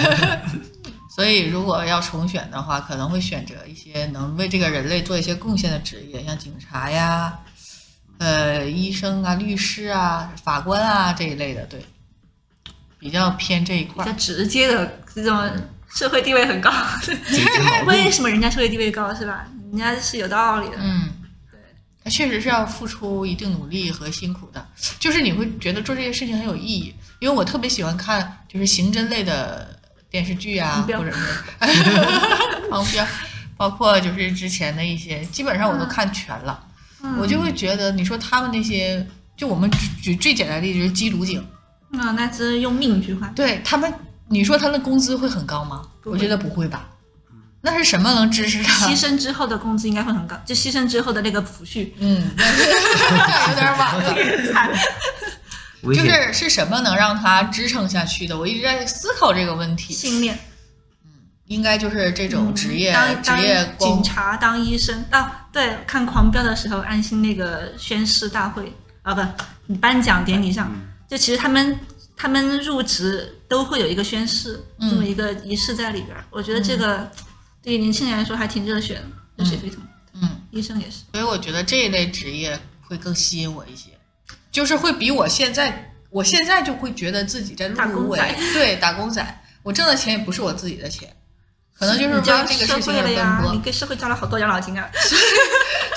所以，如果要重选的话，可能会选择一些能为这个人类做一些贡献的职业，像警察呀、呃、医生啊、律师啊、法官啊这一类的，对，比较偏这一
比
块
较
儿。
直接的这种社会地位 很高，
解决矛盾
为什么人家社会地位高是吧？人家是有道理的，
嗯，
对，
他确实是要付出一定努力和辛苦的，就是你会觉得做这些事情很有意义。因为我特别喜欢看就是刑侦类的电视剧啊
黄，标
或者是 黄标，包括就是之前的一些，基本上我都
嗯
看全了。我就会觉得，你说他们那些，就我们举最简单的例子就是缉毒警，
嗯，那只是用命去换，
对他们，你说他们工资会很高吗？
不会
我觉得不会吧。
嗯
那是什么能支持他
牺？牲之后的工资应该会很高，就牺牲之后的那个抚恤，
嗯， 那是那有点晚了。
危
就
险。
是是什么能让他支撑下去的？我一直在思考这个问题。
信念。
应该就是这种职
嗯
业、
当
职
当
业光
警察、当医生，啊，对，看《狂飙》的时候，安心那个宣誓大会啊，不，颁奖典礼上，就其实他们他们入职都会有一个宣誓，这么一个仪式在里边儿。我觉得这个对于年轻人来说还挺热血的，热血沸腾。
嗯，
医生也是，
所以我觉得这一类职业会更吸引我一些，就是会比我现在，我现在就会觉得自己在
打
入
工
为
仔
对打工仔，我挣的钱也不是我自己的钱，可能就是为
你交
这个
社
事情
会
而
了
奔
呀，你
波。
给社会交了好多养老金啊。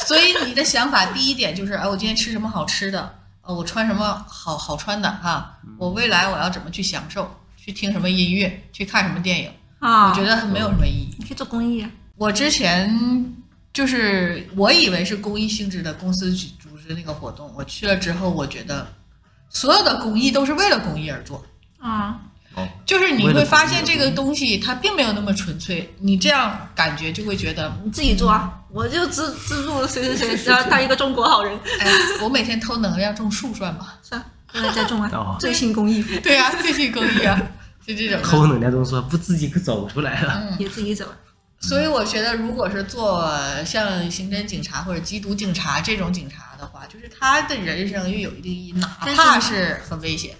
所以你的想法第一点就是，哎，我今天吃什么好吃的？呃，我穿什么好好穿的哈、我未来我要怎么去享受？去听什么音乐？去看什么电影？
啊，
我觉得没有什么意义。
你可以做公益啊。
我之前就是我以为是公益性质的公司举组织那个活动，我去了之后，我觉得所有的公益都是为了公益而做，
啊，
就是你
为
会
了公益
发现
而
这个东西它并没有那么纯粹，你这样感觉就会觉得，
你自己做啊，我就资资助谁谁谁，只要当一个中国好人。
哎，我每天偷能量种树算吗？
算了，现在在种啊
哦，
最新公益
对呀、啊，这些公益啊，就这种的。嗯
偷能量中说不自己走出来了，
也自己走啊。
所以我觉得，如果是做像刑侦警察或者缉毒警察这种警察的话，就是他的人生又有一定意义，哪
但是
怕是很危险。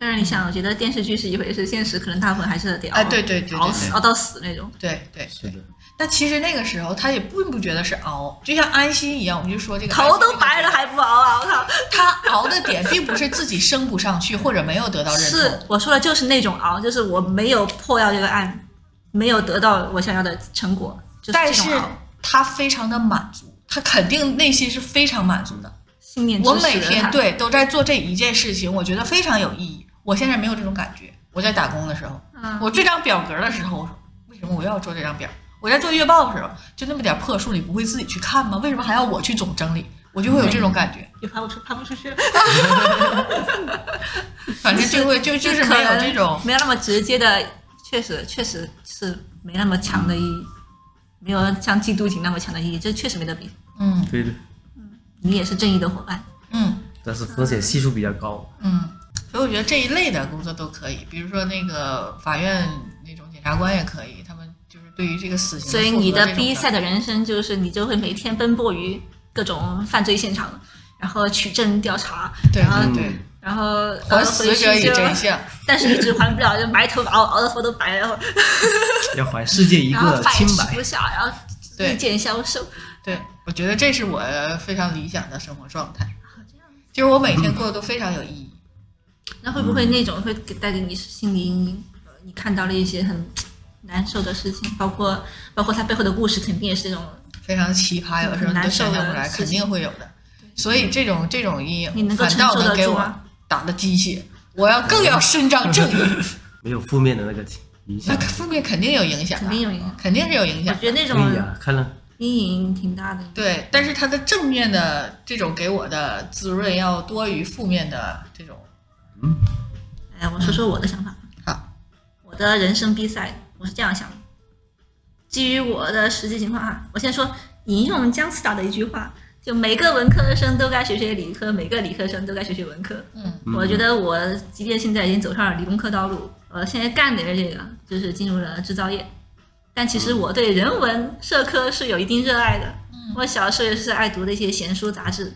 但是你想，我觉得电视剧是一回事，现实可能大部分还是得熬，
哎，对对对对
熬
对
死，熬到死那种。
对对，
是的，
但其实那个时候他也并不觉得是熬，就像安心一样，我们就说这个
头都
安
白
心
了还不熬啊！我靠，
这个，他熬的点并不是自己升不上去或者没有得到认
是
同，
我说的就是那种熬，就是我没有破掉这个案，没有得到我想要的成果，就是
但
这
是
种熬。
他非常的满足，他肯定内心是非常满足的。
信念
我
支持
每天
它，
对都在做这一件事情，我觉得非常有意义。我现在没有这种感觉，我在打工的时候，
嗯
我这张表格的时候，我说为什么我又要做这张表？我在做月报的时候，就那么点破数，你不会自己去看吗？为什么还要我去总整理？我就会有这种感觉。
也发不出，发不出去 了。
反正就会就就是
可
没有
能
这种，
没有那么直接的，确实确实是没那么强的意义，没有像缉毒警那么强的意义，这确实没得比。
嗯
对的。
你也是正义的伙伴，
嗯
但是风险系数比较高，
嗯。所以我觉得这一类的工作都可以，比如说那个法院那种检察官也可以，他们就是对于这个死刑
所
负
以
责
你
这
的
种的
B 赛的人生就是你就会每天奔波于各种犯罪现场，然后取证调查，
对
然后
嗯
对对，
然后
还死者以真，
然后回去就
相，
但是一直还不了，就埋头熬熬的头都白了，
要还世界一
然后
个
百
清
尺
白
不。下，然后
对
日渐消瘦。
对我觉得这是我非常理想的生活状态，就是我每天过得都非常有意义。
那会不会那种会给带给你心理阴影？呃你看到了一些很难受的事情，包括包括他背后的故事，肯定也是这种
非常奇
嗯
葩，有时候你都想象不来，肯定会有的。所以这种这种阴
你
影
能够
反
承
倒
受
能
得
给
住
我
吗？
打了鸡血，我要更要伸张正 义，
没有负面的那个影
那
响。
负面肯定有影响、啊，
肯定有影响。
肯定是有影
我
响。
觉得那
对
种
哎呀，看了
阴影挺大的。
对，但是它的正面的这种给我的滋润要多于负面的这种。
哎，我说说我的想法。
嗯好，
我的人生比赛，我是这样想的。基于我的实际情况啊，我先说引用姜思达的一句话：“就每个文科生都该学学理科，每个理科生都该学学文科。
嗯，
我觉得我即便现在已经走上了理工科道路，我现在干的是这个，就是进入了制造业。但其实我对人文社科是有一定热爱的。
嗯
我小时候也是爱读的一些闲书杂志，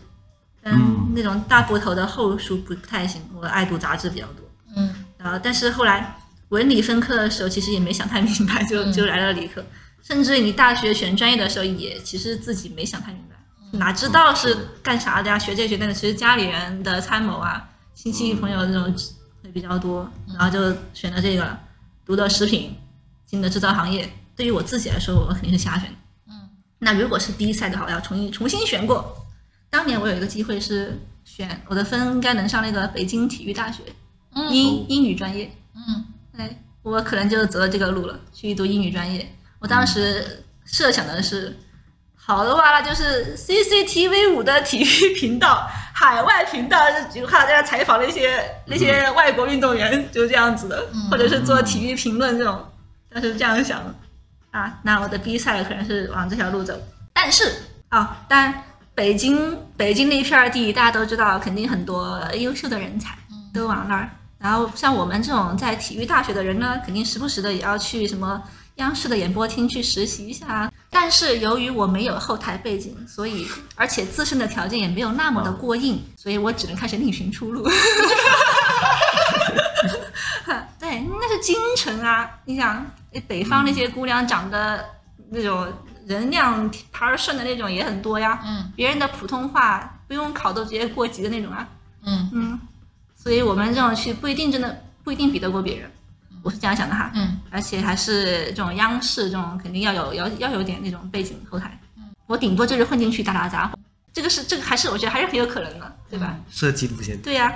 但
嗯
那种大部头的厚书不太行，我爱读杂志比较多。
嗯
然呃后，但是后来文理分科的时候，其实也没想太明白，就
嗯
就来了理科。甚至你大学选专业的时候，也其实自己没想太明白，哪知道是干啥的呀？学这学那的，其实家里人的参谋啊、亲戚朋友这种会比较多，然后就选了这个了，读的食品，进的制造行业。对于我自己来说，我肯定是瞎选的。
嗯，
那如果是第一赛的话，我要重新重新选过。当年我有一个机会是选我的分应该能上那个北京体育大学，
嗯
英英语专业，
嗯
哎，我可能就走了这个路了，去读英语专业。我当时设想的是，好的话那就是 CCTV 五的体育频道、海外频道，就比如看到在采访那些那些外国运动员，就是这样子的，
嗯
或者是做体育评论这种，当时这样想的啊。那我的比赛可能是往这条路走，但是啊，但北京北京那片儿地，大家都知道，肯定很多优秀的人才
嗯
都往那儿。然后像我们这种在体育大学的人呢，肯定时不时的也要去什么央视的演播厅去实习一下啊。但是由于我没有后台背景，所以而且自身的条件也没有那么的过硬，所以我只能开始另寻出路。对，那是京城啊！你想，诶北方那些姑娘长得那种人亮牌儿顺的那种也很多呀，
嗯
别人的普通话不用考都直接过级的那种啊。
嗯
嗯，所以我们这种去不一定真的不一定比得过别人，我是这样想的哈。
嗯
而且还是这种央视这种，肯定要有要要有点那种背景后台。我顶多就是混进去打打杂，这个是这个还是我觉得还是很有可能的，对吧？
设计路线，
对呀、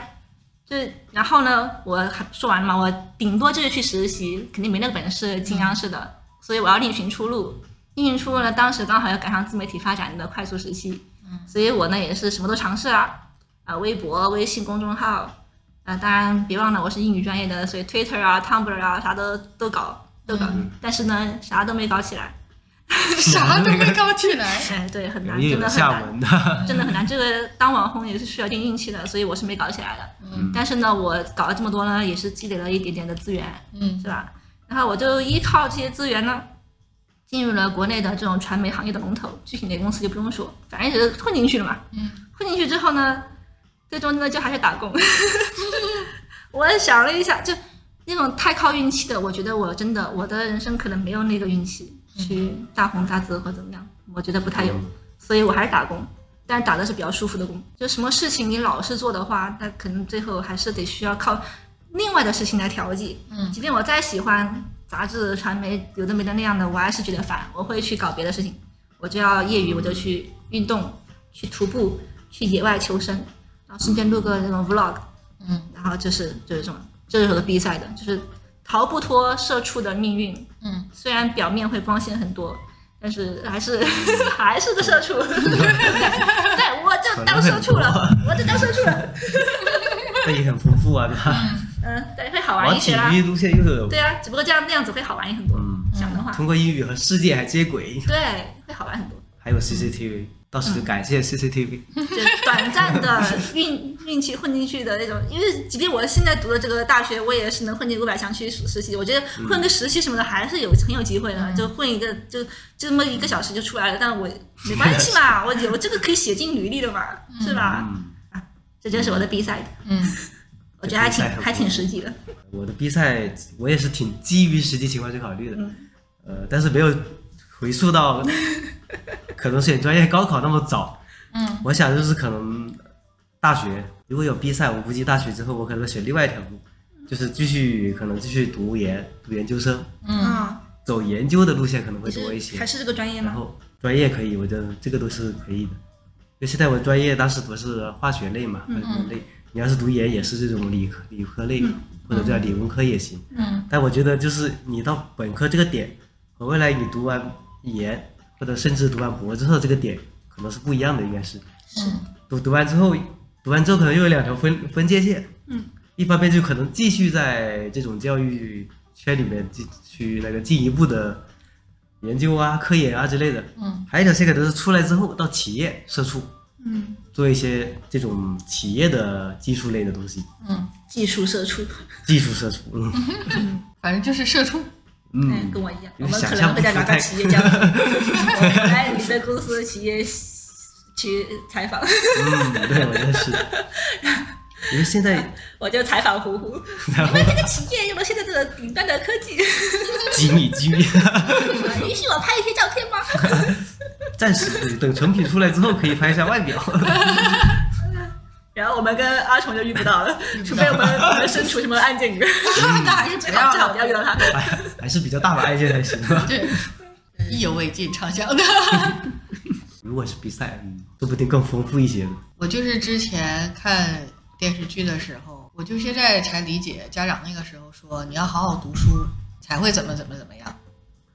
就是然后呢，我还说完了嘛，我顶多就是去实习，肯定没那个本事进央视的，
嗯
所以我要另寻出路。另寻出路呢，当时刚好要赶上自媒体发展的快速时期，
嗯
所以我呢也是什么都尝试啊，啊，微博、微信公众号，啊，当然别忘了我是英语专业的，所以 Twitter 啊、Tumblr 啊啥都都搞都搞，
嗯
但是呢啥都没搞起来，
嗯 啥都没搞起来。
哎，对，很难，
也
真
有
的很
下
难。
文的，
真的很难。这个当网红也是需要一定运气的，所以我是没搞起来的。
嗯
但是呢，我搞了这么多呢，也是积累了一点点的资源，
嗯
是吧？然后我就依靠这些资源呢，进入了国内的这种传媒行业的龙头，具体哪个公司就不用说，反正也是混进去了嘛。
嗯
混进去之后呢，最终呢就还是打工。 我想了一下，就那种太靠运气的，我觉得我真的我的人生可能没有那个运气
嗯
去大红大紫或怎么样，我觉得不太有，所以我还是打工。但是打的是比较舒服的工，就什么事情你老是做的话，那可能最后还是得需要靠另外的事情来调剂。
嗯
即便我再喜欢杂志、传媒有的没的那样的，我还是觉得烦，我会去搞别的事情。我就要业余，我就去运动，去徒步，去野外求生，然后顺便录个那种 vlog，
嗯
然后就是就是这种，这就是我的比赛的，就是逃不脱社畜的命运。
嗯，
虽然表面会光鲜很多，但是还是 还是个社 畜。对，我就当社畜了，我就当社畜了。
这也很丰富啊，对吧？
嗯，对，会好玩
往
一
体
些啦。
育路线又有
对啊，只不过这样那样子会好玩很多。
嗯
想的话，
通过英语和世界还接轨，
对，会好玩很多。
还有 CCTV，到时就感谢 CCTV。
就短暂的运运气混进去的那种，因为即便我现在读的这个大学，我也是能混进五百强去实习。我觉得混个实习什么的还是有很有机会
嗯
的，就混一个就就这么一个小时就出来了。但我没关系嘛，我有这个可以写进履历的嘛，是吧？
嗯，
这就是我的比赛，
嗯
我觉得还挺
这比赛很不错
还挺实际的。
我的比赛我也是挺基于实际情况去考虑的，
嗯
呃，但是没有回溯到可能选专业高考那么早。
嗯
我想就是可能大学如果有比赛，我估计大学之后我可能选另外一条路，就是继续可能继续读研读研究生，
嗯
啊，
走研究的路线可能会
你是
多一些
还。是这个专业
然
吗？
后专业可以，我觉得这个都是可以的。因为现在我专业当时读的是化学类嘛，化学类。你要是读研也是这种理科理科类，或者叫理工科也行。
嗯
但我觉得就是你到本科这个点和未来你读完研或者甚至读完博之后这个点可能是不一样的，应该是。
嗯
读读完之后，读完之后可能又有两条分分界线。
嗯，
一方面就可能继续在这种教育圈里面进去那个进一步的研究啊、科研啊之类的。
嗯
还有一条线可能是出来之后到企业社畜，
嗯，
做一些这种企业的技术类的东西，
技术社畜，
技术社畜，嗯
反正就是社畜。
哎，
嗯，
跟我一样，
有
我们
想
可能
象
会
不
在
出
哪
太
个企业 家，我来你的公司的企业去采访，
嗯，对我真是，因为现在
我就采访胡 胡，你们这个企业用了现在这个顶端的科技，
几米几米，
允许我拍一些照片吗？
暂时等成品出来之后可以拍一下外表，
然后我们跟阿虫就遇不到 了，除
不到
非我们我们身处什么案件里面，
那还是
最
不
好
要
最好不要遇
了，
到他。
哎，还是比较大的案件才行。
对，意犹未尽，畅 想的。
如果是比赛，嗯，说不定更丰富一些呢。
我就是之前看电视剧的时候，我就现在才理解家长那个时候说你要好好读书才会怎么怎么怎么样，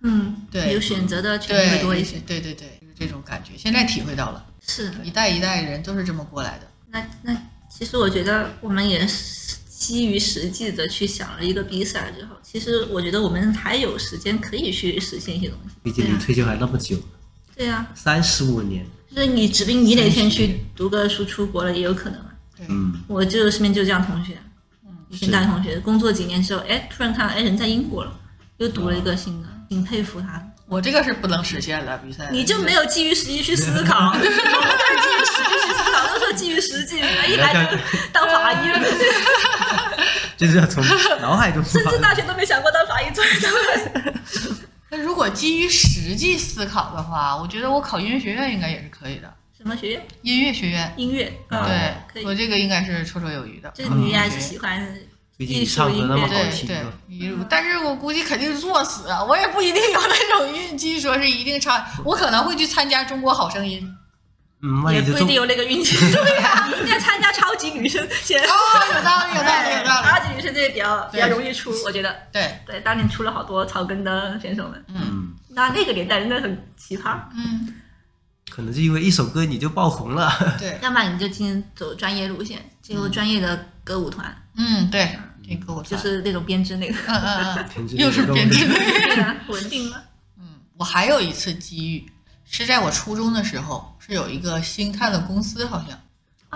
嗯，
对
有选择的权利
对
会多一些。
对对对，就是这种感觉，现在体会到了，
是，
一代一代人都是这么过来的。
那那其实我觉得我们也是基于实际的去想了一个比赛之后，其实我觉得我们还有时间可以去实现一些东西。
毕竟离退休还那么久，
对啊呀、
三十五年，
就是你指不定你哪天
三十
去
年
读个书出国了也有可能啊。
对，
嗯，
我就身边就这样同学，
嗯
一群大学同学，工作几年之后，哎，突然看到哎人在英国了，又读了一个新的，挺佩服他的。
我这个是不能实现的，比赛
你就没有基于实际去思考，我们都是 基于实际去思考，都说基于实际，哎一来就当法医了，
就是 要从脑海中出
甚
发
至。大学都没想过当法医，最后
那如果基于实际思考的话，我觉得我考音乐学院应该也是可以的，
什么学院？
音乐学院。
音乐啊，
对
哦，
可以
我这个应该是绰绰有余的。
就是你还是喜欢
嗯毕竟你唱歌那么好
对
听，
对，一路，但是我估计肯定是作死啊，我也不一定有那种运气，说是一定唱，我可能会去参加《中国好 声音
嗯，万
也
一就
不一
中
定有那个运 气。对呀，你应该参加超级女声先。》
哦，有道理，有道理，有道理。
超级女声这个比较比较容易出，我觉得。
对，
对，当年出了好多草根的选手们，
嗯，
那那个年代真的很奇葩。
嗯，
可能就因为一首歌你就爆红了。
对，
要不然你就进走专业路线，进入专业的歌舞团，
嗯，对，这个我
就
就是，
是那种编制类的，
嗯嗯
编制
嗯，又是编制 的。
对啊，稳定 了。
嗯， 我还有一次机遇，是在我初中的时候，是有一个星探的公司，好像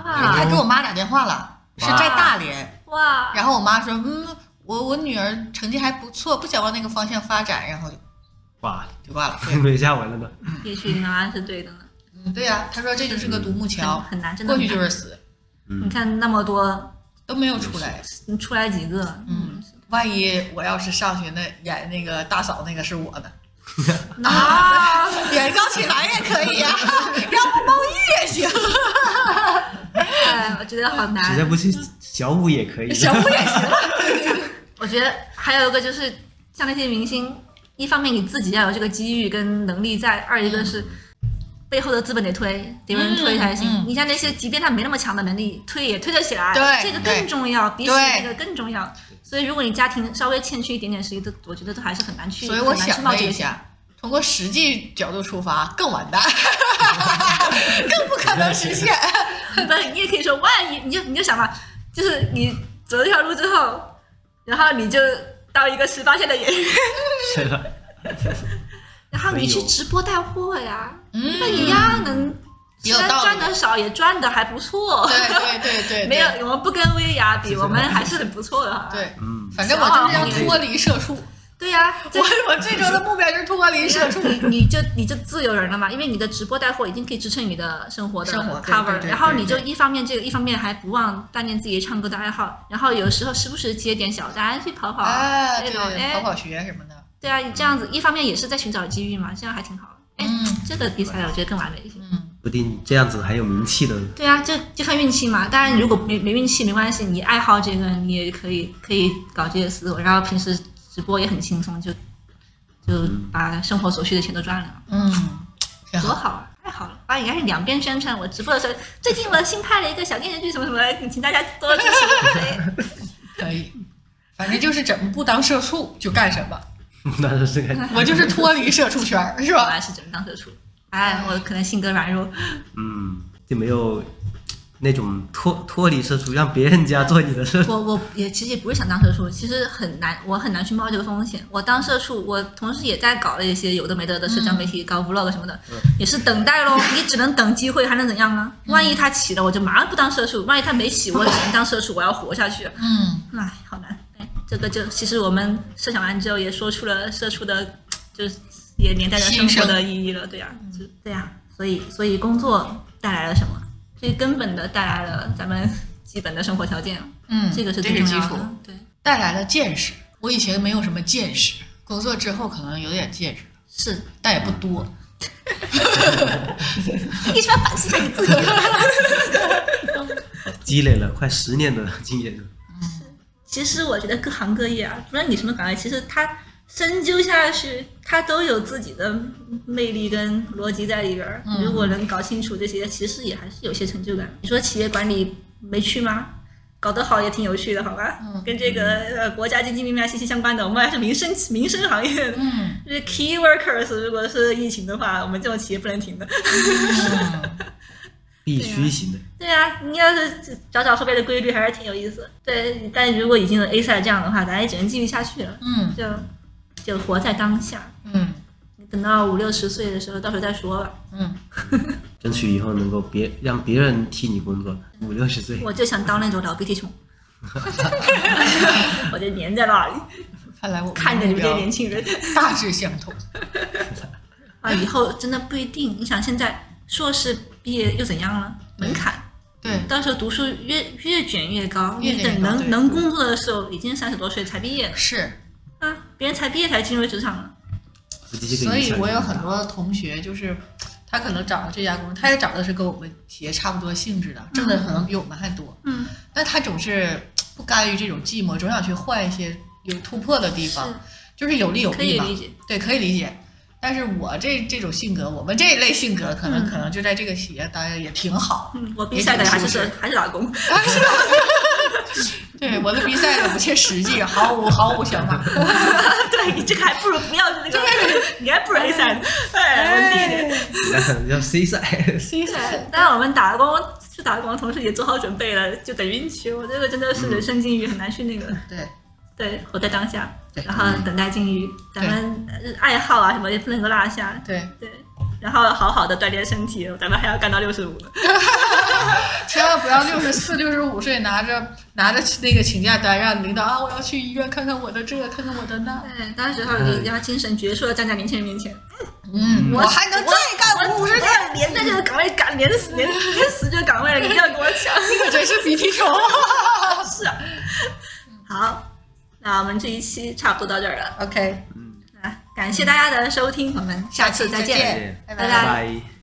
啊
他给我妈打电话了，是在
哇
大连。
哇，
然后我妈说，嗯，我我女儿成绩还不错，不想往那个方向发展，然后就
哇，
就挂了。对，
没下文了呢。
也许你妈妈是对的呢，
嗯，对呀、她说这就是个独木
很
桥，
很嗯难，真的
过
很
去
难。
就是死，
你看那么多，
都没有出来。
你出来几个？
嗯，万一我要是上学那演那个大嫂那个是我呢？
啊，
演高启兰也可以啊呀、要不包玉也行，
哎，我觉得好
实在
难。
不行，小五也可以。
小五也行。
我觉得还有一个就是，像那些明星，一方面你自己要有这个机遇跟能力在，二一个是。背后的资本得推，得有人推才行。
嗯嗯
你像那些，即便他没那么强的能力，推也推得起来。
对
这个
对
更重要，比起
对
那个更重要。所以，如果你家庭稍微欠缺一点点实力，都我觉得都还是很难去，
所以我
很难去
想
冒
了
这
一
个险。
下，通过实际角度出发更完蛋，更不可能实现。
不是，你也可以说，万一你就你就想吧，就是你走这条路之后， 然后你就当一个十八线的演员，
是的，
然后你去直播带货呀，
嗯
那一样能，虽
有
然
道理
赚的少，也赚的还不错。
对对对对，
没有，我们不跟薇娅比，
是的
我们还是很不错的啊。
对，
嗯，
反正我就是要脱离社畜。
啊 对呀，这
我我最终的目标就是脱离社畜。
你你就你就自由人了嘛，因为你的直播带货已经可以支撑你的生活的
生活对
cover，
对对
然后
对
你就
对
一方面这个，一方面还不忘锻炼自己唱歌的爱好，然后有时候时不时接点小单去跑跑
啊，
那
对
种，
对，跑
哎，
跑学什么的。
对啊，你这样子一方面也是在寻找机遇嘛，这样还挺好的。哎，
嗯
这个比赛我觉得更完美一些。
嗯，
不定这样子还有名气的。
对啊，就就看运气嘛。当然，如果没没运气没关系，你爱好这个，你也可以可以搞这些思路，然后平时直播也很轻松，就就把生活所需的钱都赚了，
嗯，挺
多
好。
好啊！太好了，啊，应该是两边宣传。我直播的时候，最近我新拍了一个小电视剧，什么什么，请大家多支持。哎
可以，反正就是怎么不当社畜就 干什么，
那就是个，
我就是脱离社畜圈儿，是
我
吧？
还是只能当社畜。哎，我可能性格软弱，
嗯，就没有那种脱脱离社畜，让别人家做你的社畜。
我我也其实也不是想当社畜，其实很难，我很难去冒这个风险。我当社畜，我同时也在搞了一些有的没的的社交媒体，搞 vlog 什么的，也是等待咯。你只能等机会，还能怎样呢？万一他起了，我就马上不当社畜；万一他没起，我只能当社畜，我要活下去。
嗯，
唉，好难。哎，这个就其实我们设想完之后，也说出了社畜的，就是也连带着生活的意义了，对呀、就对呀、所以，所以工作带来了什么？最根本的带来了咱们基本的生活条件，啊
嗯，
这个是
这
最
是
重
基
要
础，
的。对，
带来了见识。我以前没有什么见识，工作之后可能有点见识，
是。
但也不多。
你喜欢反思一下你自己。
积累了快十年的经验，
其实我觉得各行各业啊，不论你什么岗位，其实它深究下去，它都有自己的魅力跟逻辑在里边儿。
嗯
如果能搞清楚这些，其实也还是有些成就感。你说企业管理没趣吗？搞得好也挺有趣的，好吧？
嗯
跟这个呃国家经济命脉息息相关的，我们还是民生民生行业的。
嗯，
就是 key workers，如果是疫情的话，我们这种企业不能停的。嗯
嗯
必须行的。
对啊，你要是找找后边的规律，还是挺有意思。对，但如果已经有 A 赛这样的话，咱也只能继续下去了，
嗯
就就活在当下。
嗯
等到五六十岁的时候，到时候再说吧。
嗯，
争取以后能够别让别人替你工作，五六十岁
我就想当那种老 BT 穷，我就粘在那里，
看来我们
看着你们这些
目标
年轻人。
大致相同。
啊，以后真的不一定。你想，现在硕士毕业又怎样了？门槛，
对，
到时候读书越越卷越高，
越
你
卷越
等
高
能
对
能工作的时候，已经三十多岁才毕业了
是，
啊，别人才毕业才进入职场呢。
估计这个
所
影
以
响
我
也
有
大
很多的同学，就是他可能找了这家公司，他也找的是跟我们企业差不多性质的，挣的可能比我们还多，
嗯，
但他总是不甘于这种寂寞，总想去换一些有突破的地
是
方，就是有利有
可
弊
以
嘛
理，解。
对，可以理解。但是我这这种性格，我们这一类性格，可能、
嗯
可能就在这个企业待着也挺好。
嗯，我比赛的还是
也挺舒
社还是打工，
对我的比赛也不切实际，毫无毫无 想法。
对你这个还不如不要那个， 你还不如 A 赛呢，哎，稳定一点。
要 C 赛，
对，但我们打工去打工，同时也做好准备了，就等运气。我这个真的是人生境遇很难去那个，
对，
对，嗯活在当下，
对
然后等待境遇，咱们呃爱好啊什么也不能够落下，
对，
对。然后好好的锻炼身体，咱们还要干到六十五呢。
千万不要六十四、六十五岁拿着拿着那个请假单让领导啊，我要去医院看看我的这，看看我的那。
对，到时候你要精神矍铄的站在年轻人面前，
嗯，我还能再
哎
干五十天，
要连在这个岗位干，连死连连死这个岗位了，你一定要跟我抢。
这个真是鼻涕虫。
是啊。 好，那我们这一期差不多到这儿了
OK，
啊！感谢大家的收听，我们下次再见。
见
拜
拜
拜拜。
Mm-hmm.